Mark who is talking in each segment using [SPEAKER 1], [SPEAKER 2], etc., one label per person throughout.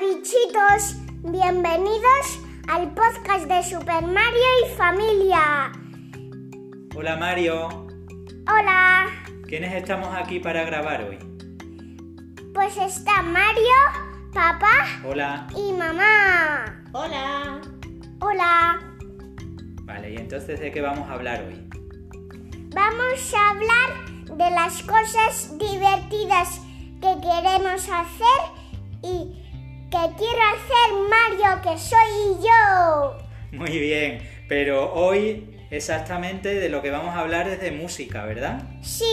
[SPEAKER 1] Bichitos, bienvenidos al podcast de Super Mario y familia.
[SPEAKER 2] Hola Mario,
[SPEAKER 1] Hola,
[SPEAKER 2] ¿quiénes estamos aquí para grabar hoy?
[SPEAKER 1] pues está Mario, papá
[SPEAKER 2] Hola.
[SPEAKER 1] y mamá.
[SPEAKER 3] Hola.
[SPEAKER 1] Hola,
[SPEAKER 2] Vale, ¿y entonces de qué vamos a hablar hoy?
[SPEAKER 1] vamos a hablar de las cosas divertidas que queremos hacer y que quiero hacer Mario, que soy yo.
[SPEAKER 2] Muy bien, pero hoy exactamente de lo que vamos a hablar es de música, ¿verdad?
[SPEAKER 1] Sí,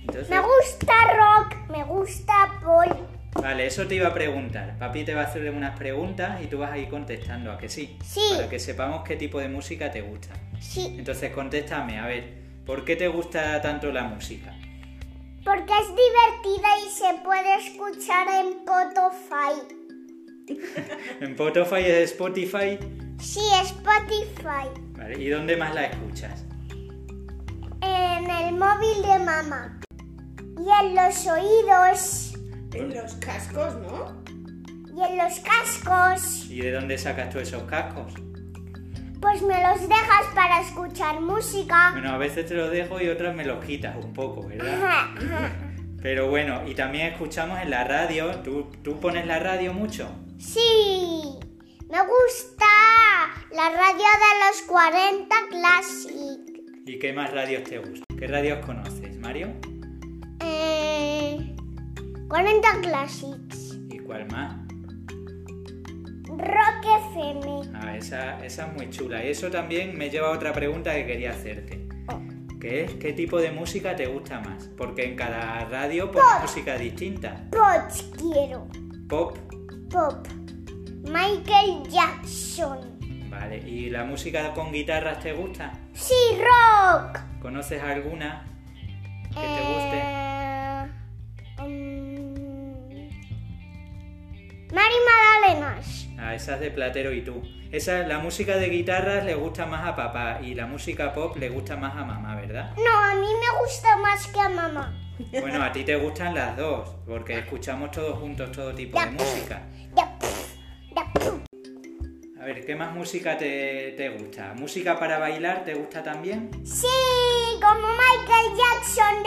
[SPEAKER 2] Entonces,
[SPEAKER 1] me gusta rock, me gusta pop.
[SPEAKER 2] vale, eso te iba a preguntar. Papi te va a hacer unas preguntas y tú vas a ir contestando a que sí.
[SPEAKER 1] Sí.
[SPEAKER 2] Para que sepamos qué tipo de música te gusta.
[SPEAKER 1] Sí.
[SPEAKER 2] Entonces contéstame, a ver, ¿por qué te gusta tanto la música?
[SPEAKER 1] Porque es divertida y se puede escuchar en Spotify.
[SPEAKER 2] En Spotify es Spotify,
[SPEAKER 1] Sí, Spotify.
[SPEAKER 2] ¿vale? ¿Y dónde más la escuchas?
[SPEAKER 1] En el móvil de mamá. Y en los oídos.
[SPEAKER 3] En los cascos, ¿no?
[SPEAKER 1] Y en los cascos.
[SPEAKER 2] ¿Y de dónde sacas tú esos cascos?
[SPEAKER 1] Pues me los dejas para escuchar música.
[SPEAKER 2] Bueno, a veces te los dejo y otras me los quitas un poco, ¿verdad?
[SPEAKER 1] Ajá, ajá.
[SPEAKER 2] Pero bueno, y también escuchamos en la radio. ¿Tú, tú pones la radio mucho?
[SPEAKER 1] Sí. Me gusta la radio de los 40 Classic.
[SPEAKER 2] ¿Y qué más radios te gustan? ¿Qué radios conoces, Mario?
[SPEAKER 1] Eh, 40 Classics.
[SPEAKER 2] ¿Y cuál más?
[SPEAKER 1] Rock FM.
[SPEAKER 2] Ah, esa, esa es muy chula. Y eso también me lleva a otra pregunta que quería hacerte.
[SPEAKER 1] Oh.
[SPEAKER 2] ¿Qué es? ¿Qué tipo de música te gusta más? Porque en cada radio pone música distinta.
[SPEAKER 1] Pot quiero.
[SPEAKER 2] Pop,
[SPEAKER 1] Pop. Michael Jackson.
[SPEAKER 2] vale. ¿Y la música con guitarras te gusta?
[SPEAKER 1] Sí, rock.
[SPEAKER 2] ¿Conoces alguna que te guste?
[SPEAKER 1] Eh, um, mm, Mari Magdalenas.
[SPEAKER 2] Ah, esa es de Platero y tú. Esa, la música de guitarras le gusta más a papá y la música pop le gusta más a mamá, ¿verdad?
[SPEAKER 1] No, a mí me gusta más que a mamá.
[SPEAKER 2] Bueno, a ti te gustan las dos, porque escuchamos todos juntos todo tipo de música.
[SPEAKER 1] Ya, pf, ya, pf.
[SPEAKER 2] A ver, ¿qué más música te, te gusta? ¿Música para bailar te gusta también?
[SPEAKER 1] Sí, como Michael Jackson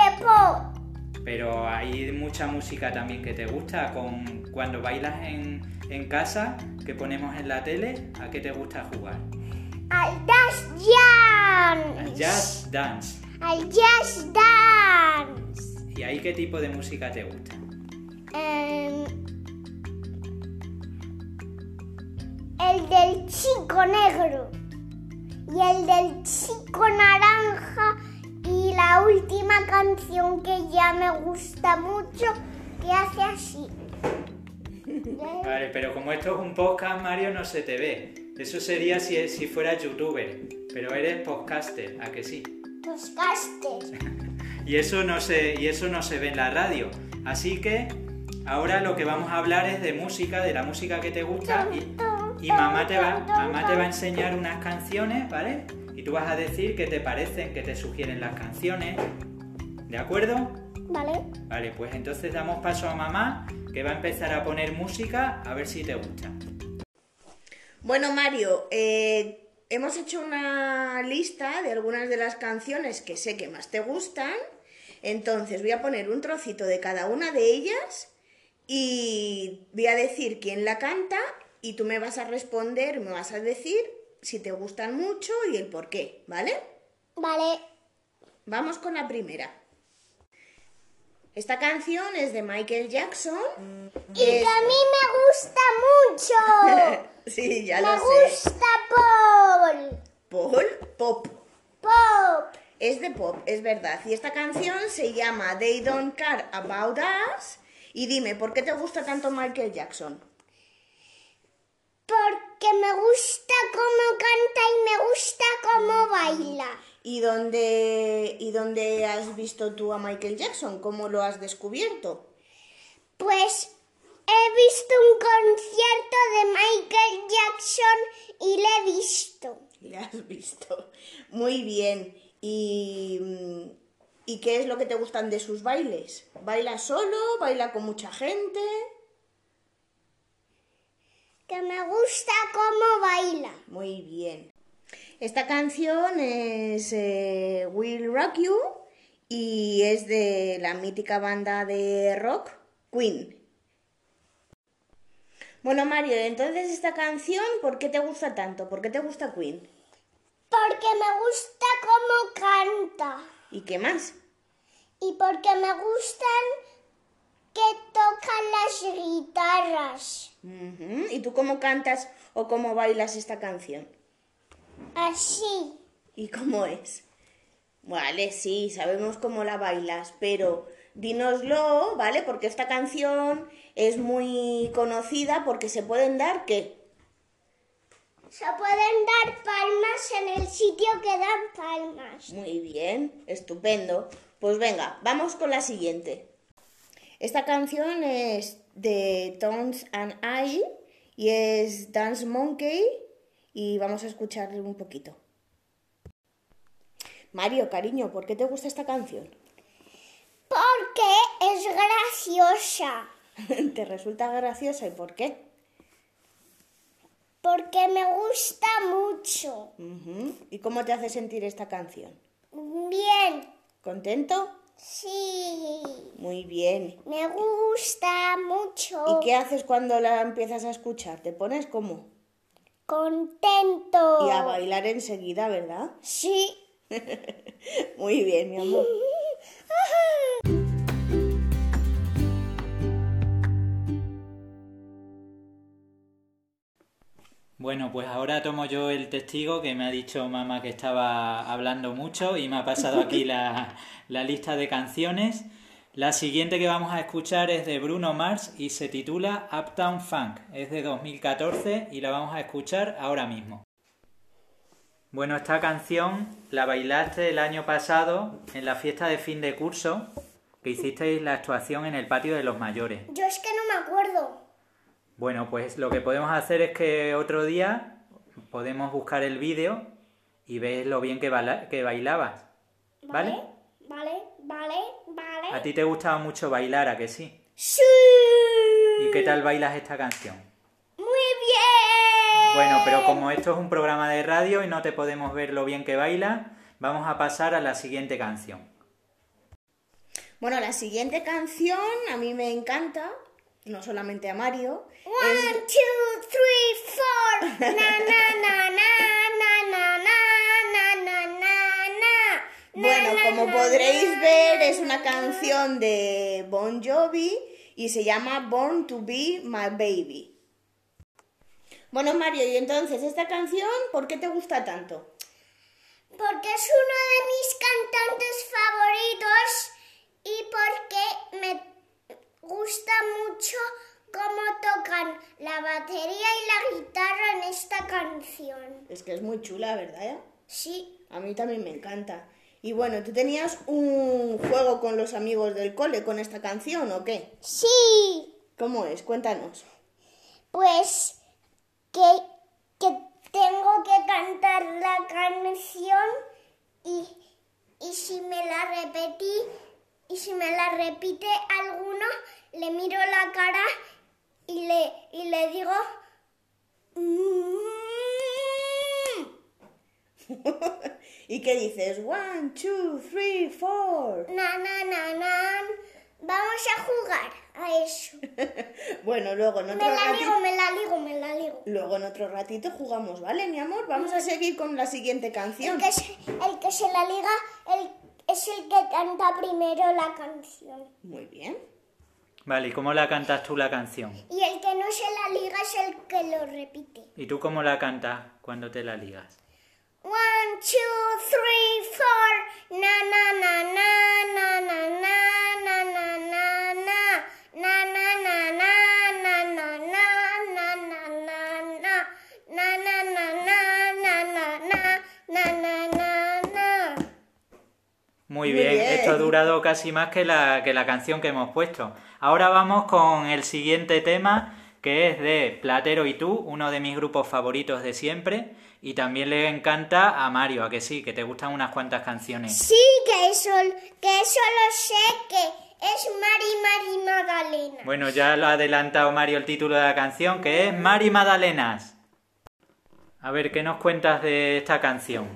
[SPEAKER 1] de pop.
[SPEAKER 2] Pero hay mucha música también que te gusta. Con, cuando bailas en, en casa, que ponemos en la tele, ¿a qué te gusta jugar?
[SPEAKER 1] Al Dash Dance.
[SPEAKER 2] Al Jazz Dance.
[SPEAKER 1] Al Jazz Dance.
[SPEAKER 2] ¿Y ahí qué tipo de música te gusta?
[SPEAKER 1] Em, el del chico negro y el del chico naranja y la última canción que ya me gusta mucho que hace así.
[SPEAKER 2] Vale, pero como esto es un podcast, Mario, no se te ve. Eso sería si, si fueras youtuber, pero eres podcaster, ¿a que sí?
[SPEAKER 1] Los casters.
[SPEAKER 2] Y eso, no se, y eso no se ve en la radio. Así que ahora lo que vamos a hablar es de música, de la música que te gusta. Y, y mamá, te va, mamá te va a enseñar unas canciones, ¿vale? Y tú vas a decir qué te parecen, qué te sugieren las canciones. ¿De acuerdo?
[SPEAKER 1] Vale.
[SPEAKER 2] Vale, pues entonces damos paso a mamá, que va a empezar a poner música, a ver si te gusta.
[SPEAKER 3] Bueno, Mario, eh, hemos hecho una lista de algunas de las canciones que sé que más te gustan. Entonces voy a poner un trocito de cada una de ellas y voy a decir quién la canta y tú me vas a responder, me vas a decir si te gustan mucho y el por qué, ¿vale?
[SPEAKER 1] Vale.
[SPEAKER 3] Vamos con la primera. Esta canción es de Michael Jackson.
[SPEAKER 1] Y
[SPEAKER 3] Eh.
[SPEAKER 1] que a mí me gusta mucho.
[SPEAKER 3] sí, ya
[SPEAKER 1] Me
[SPEAKER 3] lo sé.
[SPEAKER 1] gusta Paul.
[SPEAKER 3] Paul Pop.
[SPEAKER 1] Pop.
[SPEAKER 3] Es de pop, es verdad. Y esta canción se llama They Don't Care About Us. Y dime, ¿por qué te gusta tanto Michael Jackson?
[SPEAKER 1] Porque me gusta cómo canta y me gusta cómo baila.
[SPEAKER 3] ¿Y dónde, ¿Y dónde has visto tú a Michael Jackson? ¿Cómo lo has descubierto?
[SPEAKER 1] Pues he visto un concierto de Michael Jackson y le he visto.
[SPEAKER 3] Le has visto. Muy bien. ¿Y, mm, ¿Y qué es lo que te gustan de sus bailes? ¿Baila solo? ¿Baila con mucha gente?
[SPEAKER 1] me gusta cómo baila.
[SPEAKER 3] Muy bien. Esta canción es eh, Will Rock You y es de la mítica banda de rock Queen. Bueno, Mario, entonces esta canción, ¿por qué te gusta tanto? ¿Por qué te gusta Queen?
[SPEAKER 1] Porque me gusta cómo canta.
[SPEAKER 3] ¿Y qué más?
[SPEAKER 1] Y porque me gustan que tocan las guitarras.
[SPEAKER 3] Ujú. ¿Y tú cómo cantas o cómo bailas esta canción?
[SPEAKER 1] Así.
[SPEAKER 3] ¿Y cómo es? Vale, sí, sabemos cómo la bailas, pero dínoslo, ¿vale? Porque esta canción es muy conocida porque se pueden dar qué?
[SPEAKER 1] Se pueden dar palmas en el sitio que dan palmas.
[SPEAKER 3] Muy bien, estupendo. Pues venga, vamos con la siguiente. Esta canción es de Tones and I y es Dance Monkey y vamos a escucharle un poquito. Mario, cariño, ¿por qué te gusta esta canción?
[SPEAKER 1] Porque es graciosa.
[SPEAKER 3] ¿Te resulta graciosa y por qué?
[SPEAKER 1] Porque me gusta mucho.
[SPEAKER 3] Ujú. ¿Y cómo te hace sentir esta canción?
[SPEAKER 1] Bien.
[SPEAKER 3] ¿Contento?
[SPEAKER 1] Sí.
[SPEAKER 3] Muy bien.
[SPEAKER 1] Me gusta mucho.
[SPEAKER 3] ¿Y qué haces cuando la empiezas a escuchar? ¿Te pones como?
[SPEAKER 1] Contento.
[SPEAKER 3] Y a bailar enseguida, ¿verdad?
[SPEAKER 1] Sí.
[SPEAKER 3] Muy bien, mi amor.
[SPEAKER 2] Bueno, pues ahora tomo yo el testigo que me ha dicho mamá que estaba hablando mucho y me ha pasado aquí la, la lista de canciones. La siguiente que vamos a escuchar es de Bruno Mars y se titula Uptown Funk. Es de 2014 y la vamos a escuchar ahora mismo. Bueno, esta canción la bailaste el año pasado en la fiesta de fin de curso que hicisteis la actuación en el patio de los mayores.
[SPEAKER 1] Yo es que no me acuerdo.
[SPEAKER 2] Bueno, pues lo que podemos hacer es que otro día podemos buscar el vídeo y ves lo bien que, baila- que bailabas. ¿Vale?
[SPEAKER 1] Vale, vale, vale.
[SPEAKER 2] A ti te gustaba mucho bailar, ¿a que sí?
[SPEAKER 1] Sí.
[SPEAKER 2] ¿Y qué tal bailas esta canción?
[SPEAKER 1] Muy bien.
[SPEAKER 2] Bueno, pero como esto es un programa de radio y no te podemos ver lo bien que bailas, vamos a pasar a la siguiente canción.
[SPEAKER 3] Bueno, la siguiente canción a mí me encanta, no solamente a Mario. Eh,
[SPEAKER 1] One, two, three, four. Na na na na na na na na na na.
[SPEAKER 3] Bueno, como podréis ver, es una canción de Bon Jovi y se llama Born to Be My Baby. Bueno, Mario, y entonces, ¿esta canción por qué te gusta tanto?
[SPEAKER 1] Porque es uno de mis cantantes favoritos y porque me gusta mucho cómo tocan la batería y la guitarra en esta canción.
[SPEAKER 3] Es que es muy chula, ¿verdad?
[SPEAKER 1] Sí,
[SPEAKER 3] A mí también me encanta. Y bueno, ¿tú tenías un juego con los amigos del cole con esta canción o qué?
[SPEAKER 1] sí,
[SPEAKER 3] ¿Cómo es? Cuéntanos.
[SPEAKER 1] pues que, que tengo que cantar la canción y, y si me la repetí, y si me la repite alguno, le miro la cara y le, y le digo... "Mm".
[SPEAKER 3] ¿Y qué dices? One, two, three, four.
[SPEAKER 1] Na, na, na, na. Vamos a jugar a eso.
[SPEAKER 3] Bueno, luego en
[SPEAKER 1] Me
[SPEAKER 3] otro
[SPEAKER 1] la
[SPEAKER 3] ratito.
[SPEAKER 1] ligo, me la ligo, me la ligo.
[SPEAKER 3] Luego en otro ratito jugamos, ¿vale, mi amor? Vamos a seguir con la siguiente
[SPEAKER 1] El
[SPEAKER 3] canción.
[SPEAKER 1] que, se, el que se la liga el, es el que canta primero la canción.
[SPEAKER 3] Muy bien.
[SPEAKER 2] Vale, ¿y cómo la cantas tú la canción?
[SPEAKER 1] Y el que no se la liga es el que lo repite.
[SPEAKER 2] ¿Y tú cómo la cantas cuando te la ligas?
[SPEAKER 1] One, two, three, four. Na, na, na, na, na, na, na, na, na, na, na. Na, na, na, na, na, na, na, na, na, na. Na, na, na, na, na, na, na. Na, na, na, na.
[SPEAKER 2] Muy
[SPEAKER 3] Muy
[SPEAKER 2] bien.
[SPEAKER 3] bien.
[SPEAKER 2] esto ha durado casi más que la, que la canción que hemos puesto. Ahora vamos con el siguiente tema, que es de Platero y tú, uno de mis grupos favoritos de siempre, y también le encanta a Mario, a que sí, que te gustan unas cuantas canciones.
[SPEAKER 1] Sí, que, sol, que solo sé que Es Mari Mari Magdalena.
[SPEAKER 2] Bueno, ya lo ha adelantado Mario el título de la canción, que es Mari Magdalenas. A ver, ¿qué nos cuentas de esta canción?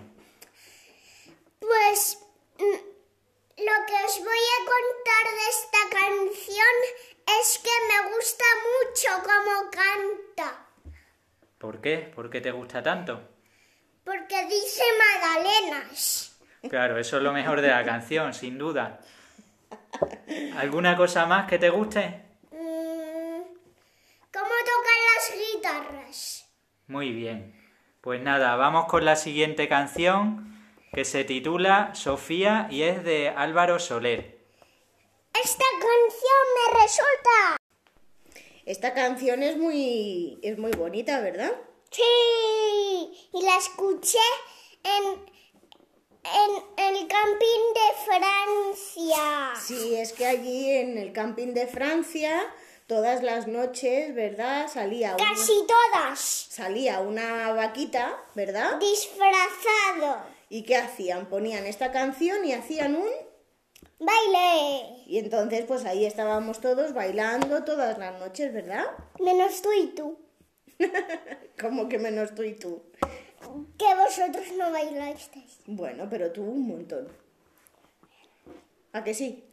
[SPEAKER 1] Pues mm, lo que os voy a contar de esta canción es que me gusta mucho cómo canta,
[SPEAKER 2] ¿Por qué? ¿Por qué te gusta tanto?
[SPEAKER 1] porque dice Magdalenas.
[SPEAKER 2] Claro, eso es lo mejor de la canción, sin duda. ¿Alguna cosa más que te guste?
[SPEAKER 1] Mm, ¿Cómo tocan las guitarras?
[SPEAKER 2] Muy bien. Pues nada, vamos con la siguiente canción que se titula Sofía y es de Álvaro Soler.
[SPEAKER 1] Esta canción me resulta.
[SPEAKER 3] Esta canción es muy, es muy bonita, ¿verdad?
[SPEAKER 1] Sí, y la escuché en, en el camping de Francia.
[SPEAKER 3] Sí, es que allí en el camping de Francia, todas las noches, ¿verdad? Salía una,
[SPEAKER 1] Casi todas.
[SPEAKER 3] salía una vaquita, ¿verdad?
[SPEAKER 1] Disfrazado.
[SPEAKER 3] ¿Y qué hacían? Ponían esta canción y hacían un...
[SPEAKER 1] Baile.
[SPEAKER 3] Y entonces pues ahí estábamos todos bailando todas las noches, ¿verdad?
[SPEAKER 1] Menos tú y tú.
[SPEAKER 3] Como que menos tú y tú.
[SPEAKER 1] Que vosotros no bailasteis.
[SPEAKER 3] Bueno, pero tú un montón. ¿A que sí?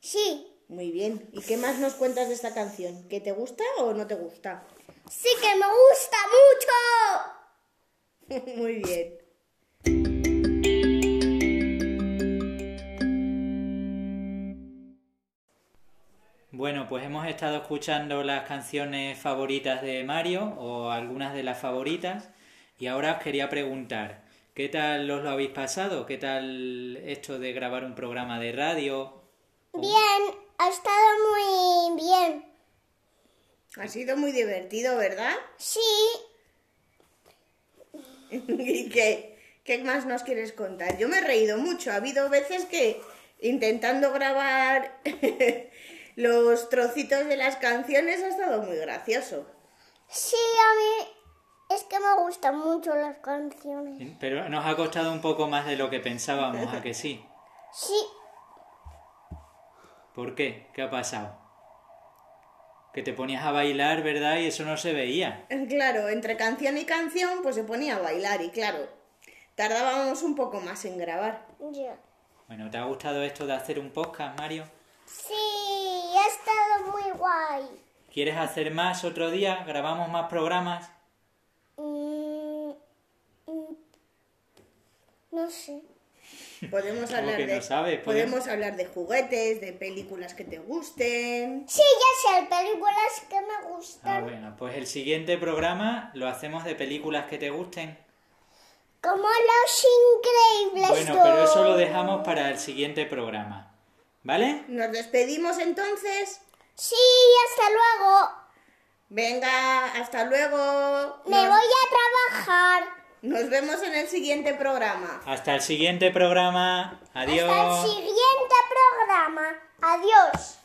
[SPEAKER 1] Sí,
[SPEAKER 3] Muy bien. ¿Y qué más nos cuentas de esta canción? ¿Que te gusta o no te gusta?
[SPEAKER 1] sí que me gusta mucho.
[SPEAKER 3] Muy bien.
[SPEAKER 2] Bueno, pues hemos estado escuchando las canciones favoritas de Mario o algunas de las favoritas y ahora os quería preguntar, ¿qué tal os lo habéis pasado? ¿Qué tal esto de grabar un programa de radio?
[SPEAKER 1] Bien, ha estado muy bien.
[SPEAKER 3] Ha sido muy divertido, ¿verdad?
[SPEAKER 1] Sí,
[SPEAKER 3] ¿Y qué, qué más nos quieres contar? Yo me he reído mucho. Ha habido veces que intentando grabar los trocitos de las canciones ha estado muy gracioso.
[SPEAKER 1] Sí, a mí es que me gustan mucho las canciones.
[SPEAKER 2] Pero nos ha costado un poco más de lo que pensábamos, ¿a que sí?
[SPEAKER 1] Sí,
[SPEAKER 2] ¿Por qué? ¿Qué ha pasado? Que te ponías a bailar, ¿verdad? Y eso no se veía.
[SPEAKER 3] Claro, entre canción y canción pues se ponía a bailar y claro, tardábamos un poco más en grabar.
[SPEAKER 1] yo.
[SPEAKER 2] Bueno, ¿te ha gustado esto de hacer un podcast, Mario?
[SPEAKER 1] Sí, ha estado muy guay.
[SPEAKER 2] ¿Quieres hacer más otro día? ¿Grabamos más programas?
[SPEAKER 1] Mm, mm, no sé.
[SPEAKER 3] Podemos
[SPEAKER 2] Como
[SPEAKER 3] hablar
[SPEAKER 2] que
[SPEAKER 3] de
[SPEAKER 2] no sabes, pues. podemos-
[SPEAKER 3] podemos hablar de juguetes, de películas que te gusten.
[SPEAKER 1] Sí, ya sé, películas que me
[SPEAKER 2] Ah,
[SPEAKER 1] gustan.
[SPEAKER 2] bueno, pues el siguiente programa lo hacemos de películas que te gusten.
[SPEAKER 1] Como Los Increíbles
[SPEAKER 2] Bueno,
[SPEAKER 1] dos.
[SPEAKER 2] pero eso lo dejamos para el siguiente programa. ¿Vale?
[SPEAKER 3] Nos despedimos entonces.
[SPEAKER 1] Sí, hasta luego.
[SPEAKER 3] Venga, hasta luego.
[SPEAKER 1] Me
[SPEAKER 3] Nos-
[SPEAKER 1] voy a trabajar.
[SPEAKER 3] Nos vemos en el siguiente programa.
[SPEAKER 2] Hasta el siguiente programa. Adiós.
[SPEAKER 1] Hasta el siguiente programa. Adiós.